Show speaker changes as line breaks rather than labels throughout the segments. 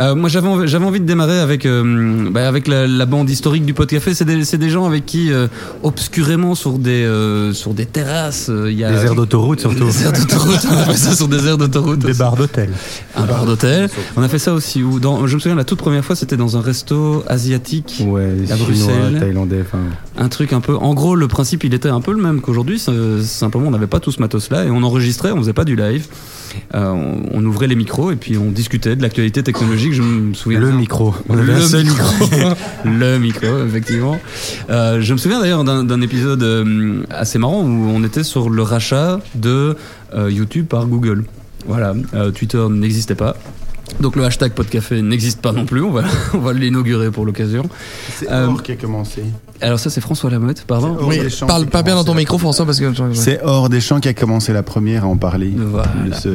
Euh, moi, j'avais envi- j'avais envie de démarrer avec euh, bah, avec la, la bande historique du pot de café. C'est des, c'est des gens avec qui euh, obscurément sur des euh, sur des terrasses, euh, il y a
Des aires d'autoroute surtout.
Des aires d'autoroute. on appelle ça sur des aires d'autoroute.
Des
aussi.
bars d'hôtel.
Un bar d'hôtel. On a fait ça aussi. Où dans, je me souviens la toute première fois, c'était dans un resto asiatique.
Ouais, les
À
chinois,
Bruxelles.
thaïlandais, enfin.
un truc un peu. En gros, le principe, il était un peu le même qu'aujourd'hui. c'est- Simplement, on n'avait pas tout ce matos-là et on enregistrait, on faisait pas du live. Euh, on, on ouvrait les micros et puis on discutait de l'actualité technologique. Je me souviens.
Le micro. On avait
Le
un seul
micro.
micro.
le micro, effectivement. Euh, je me souviens d'ailleurs d'un d'un épisode euh, assez marrant où on était sur le rachat de euh, YouTube par Google. Voilà, Euh, Twitter n'existait pas. Donc le hashtag Podcafé n'existe pas non plus, on va, on va l'inaugurer pour l'occasion.
C'est
Euh,
Or qui a commencé.
Alors ça c'est François Lamotte, pardon.
C'est Hors des Champs
Parle
qui a
pas bien dans
commencé
ton
la
micro, François, parce que.
C'est hors des champs qui a commencé la première à en parler.
Voilà.
De ce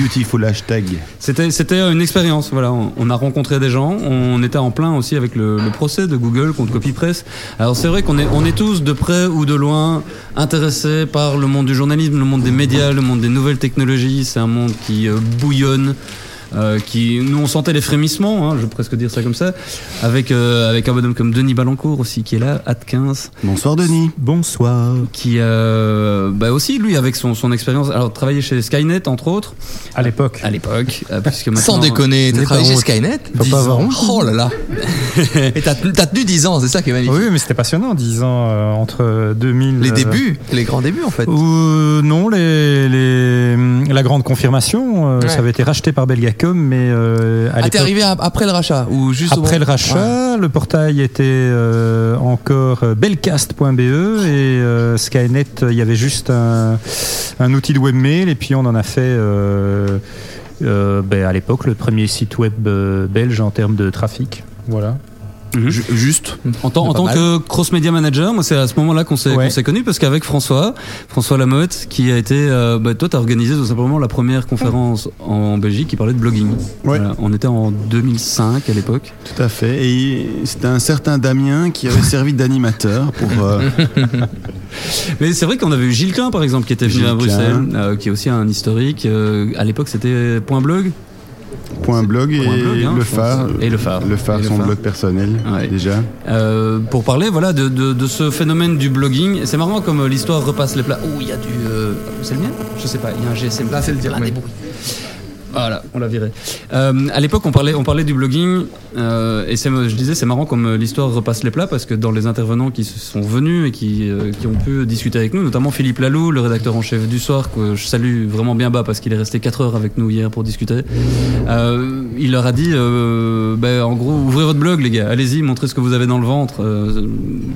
beautiful hashtag.
C'était, c'était une expérience. Voilà, on, on a rencontré des gens. On était en plein aussi avec le, le procès de Google contre CopyPress. Alors c'est vrai qu'on est, on est tous de près ou de loin intéressés par le monde du journalisme, le monde des médias, le monde des nouvelles technologies. C'est un monde qui euh, bouillonne. euh, qui nous on sentait les frémissements, hein, je vais presque dire ça comme ça, avec euh, avec un bonhomme comme Denis Balancourt aussi qui est là, Atkins,
Bonsoir Denis.
Bonsoir.
qui euh, bah aussi lui avec son son expérience, alors travailler chez Skynet entre autres
À l'époque.
à l'époque, euh, puisque
Sans
maintenant-
déconner,
n'aie
t'as
pas
travaillé chez
honte.
Skynet
Faut pas avoir honte.
Oh là là Et t'as tenu t'as tenu 10 ans, c'est ça qui est magnifique.
Oui, mais c'était passionnant, 10 ans euh, entre 2000.
Les
euh,
débuts, les grands débuts en fait.
Euh, non, les, les- hum, la grande confirmation, euh,
Ouais.
ça avait été racheté par Belgacom, mais euh, à
Ah, t'es
l'époque-
arrivé à- après le rachat ou juste au
après
moment-
le rachat, le portail était euh, encore euh, belcast.be et euh, Skynet, euh, il y avait juste un, un outil de webmail et puis on en a fait euh, euh, ben, à l'époque le premier site web euh, belge en termes de trafic. Voilà.
Mhm.
Juste.
En tant, en
Pas
tant
mal.
que cross media manager, moi c'est à ce moment-là qu'on s'est
Ouais.
qu'on s'est connus parce qu'avec François, François Lamotte, qui a été, euh, bah, toi t'as organisé tout simplement la première conférence en Belgique qui parlait de blogging.
Ouais.
Voilà, on était en 2005 à l'époque.
Tout à fait. Et c'était un certain Damien qui avait servi d'animateur pour. euh,
Mais c'est vrai qu'on avait eu Gilles Klein par exemple qui était venu
Gilles
à Bruxelles,
Klein.
euh, qui est aussi un historique. Euh, à l'époque c'était Point Blog.
Point blog et
Point blog, hein,
le
je pense.
phare.
Et le phare.
Le phare,
Et le
son
phare.
blog personnel,
Ouais.
déjà.
Euh, pour parler voilà de, de, de ce phénomène du blogging. Et C'est marrant comme euh, l'histoire repasse les plats. Oh, il y a du. euh, C'est le mien Je sais pas, il y a un GSM. Là, c'est le
oui.
Voilà, on l'a viré. Euh, à l'époque, on parlait, on parlait du blogging, euh, et c'est, je disais, c'est marrant comme euh, l'histoire repasse les plats, parce que dans les intervenants qui se sont venus et qui, euh, qui ont pu discuter avec nous, notamment Philippe Lalou, le rédacteur en chef du soir, que je salue vraiment bien bas, parce qu'il est resté 4 heures avec nous hier pour discuter, euh, il leur a dit, euh, ben, en gros, ouvrez votre blog, les gars, allez-y, montrez ce que vous avez dans le ventre, euh,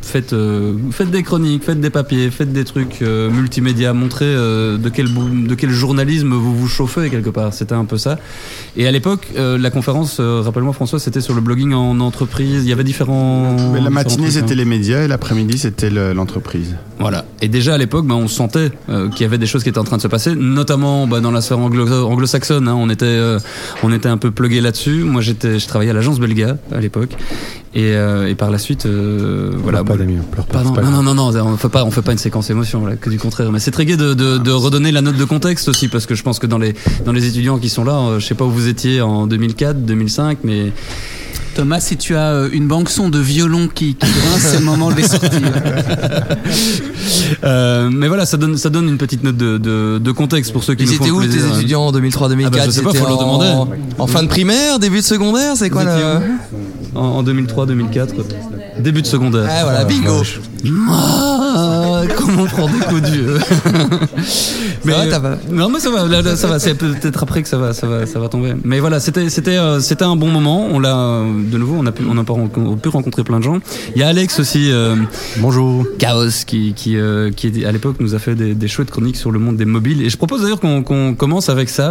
faites, euh, faites des chroniques, faites des papiers, faites des trucs euh, multimédia, montrez euh, de, quel, bou- de quel journalisme vous vous chauffez quelque part, c'était un peu ça. Et à l'époque, euh, la conférence, euh, rappelle-moi François, c'était sur le blogging en entreprise, il y avait différents...
Mais la
différents
matinée,
trucs, hein.
c'était les médias et l'après-midi, c'était le- l'entreprise.
Voilà. Et déjà à l'époque, ben, on sentait euh, qu'il y avait des choses qui étaient en train de se passer, notamment ben, dans la sphère anglo- anglo-saxonne. hein. on était, euh, on était un peu plugué là-dessus. Moi, j'étais, je travaillais à l'agence Belga à l'époque, et, euh, et par la suite, euh, voilà.
Pas
bon,
Damien, pleure pas.
Pardon,
c'est pas
non,
grave.
non, non, non, on fait pas, on fait pas une séquence émotion, voilà, que du contraire. Mais c'est très gai de, de,
Ah.
de redonner la note de contexte aussi, parce que je pense que dans les, dans les étudiants qui sont là, euh, je sais pas où vous étiez en 2004, 2005, mais
Thomas, si tu as euh, une banque son de violon qui, qui grince, c'est le moment de les sortir.
euh, mais voilà, ça donne, ça donne une petite note de, de, de contexte pour ceux qui
Ils
nous
étaient
font
où
plaisir,
tes
hein.
étudiants en 2003-2004
Ah bah, je sais pas,
Ils étaient
faut leur
en-
demander.
En fin de primaire, début de secondaire, c'est quoi
Vous étiez
là
En, en 2003, 2004, début de secondaire.
Ah voilà, bingo
Ah, comment on prend des coups de vieux.
va, t'as pas-
Non, mais ça va, là, là, ça va. C'est peut-être après que ça va, ça va, ça va tomber. Mais voilà, c'était, c'était, euh, c'était un bon moment. On l'a, euh, de nouveau, on a pu, on a pas renco- on a pu rencontrer plein de gens. Il y a Alex aussi. euh,
Bonjour.
Chaos qui, qui, euh, qui à l'époque nous a fait des, des chouettes chroniques sur le monde des mobiles et je propose d'ailleurs qu'on qu'on commence avec ça